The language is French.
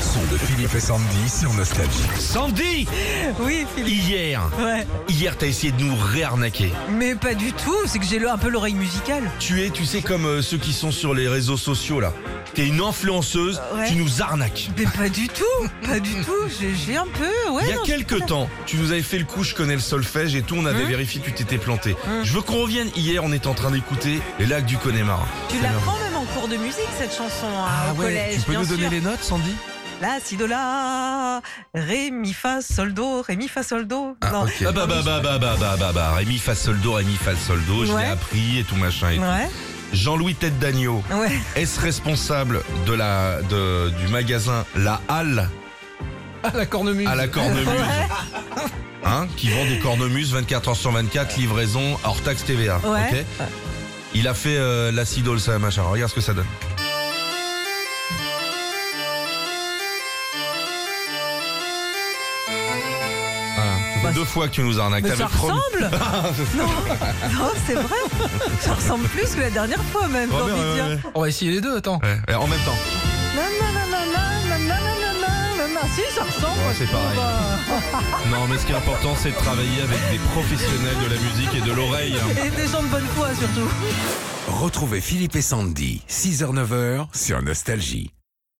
son de Philippe et Sandy sur Nostalgie. Sandy Oui, Philippe. Hier Ouais. Hier, t'as essayé de nous réarnaquer. Mais pas du tout, c'est que j'ai le- un peu l'oreille musicale. Tu es, tu sais, comme euh, ceux qui sont sur les réseaux sociaux, là. T'es une influenceuse, Euh, ouais. tu nous arnaques. Mais pas du tout, pas du tout, j'ai j'ai un peu, ouais. Il y a non, quelques temps, tu nous avais fait le coup, je connais le solfège et tout, on avait Hein vérifié que tu t'étais planté. Hein. Je veux qu'on revienne hier, on était en train d'écouter les lacs du Connemara. Tu l'apprends même en cours de musique, cette chanson, hein, Ah au collège, bien sûr. les notes, Sandy La, si, do, la, ré, mi, fa, sol, do, ré, mi, fa, sol, do. Non. Ah bah bah bah bah bah bah bah bah Rémi fa sol do, Rémi fa sol do, je l'ai Ouais. appris et tout machin et tout. Ouais, Jean-Louis Tête d'Agneau, ouais. est-ce responsable de la, de- du magasin La Halle Ah, la cornemuse. à la cornemuse hein, Qui vend des cornemuses 24 h sur 24, livraison hors taxe TVA. Ouais. ok Il a fait euh, la Sidol, ça machin. Regarde ce que ça donne. Voilà. Ah, Ça fait Bah, deux fois que tu nous arnaques. Mais T'avais ça promis- ressemble Non, non c'est vrai. Ça ressemble plus que la dernière fois même, j'ai Ouais, envie de ouais, dire. ouais, On va essayer les deux, attends. ouais. Ouais, En même temps. Non, non, non, non, non, non, non, non, non, non, Si, ça ressemble. Ouais, c'est pareil. bah. Non, mais ce qui est important, c'est de travailler avec des professionnels de la musique et de l'oreille. hein. Et des gens de bonne foi surtout. Retrouvez Philippe et Sandy, 6h-9h sur Nostalgie.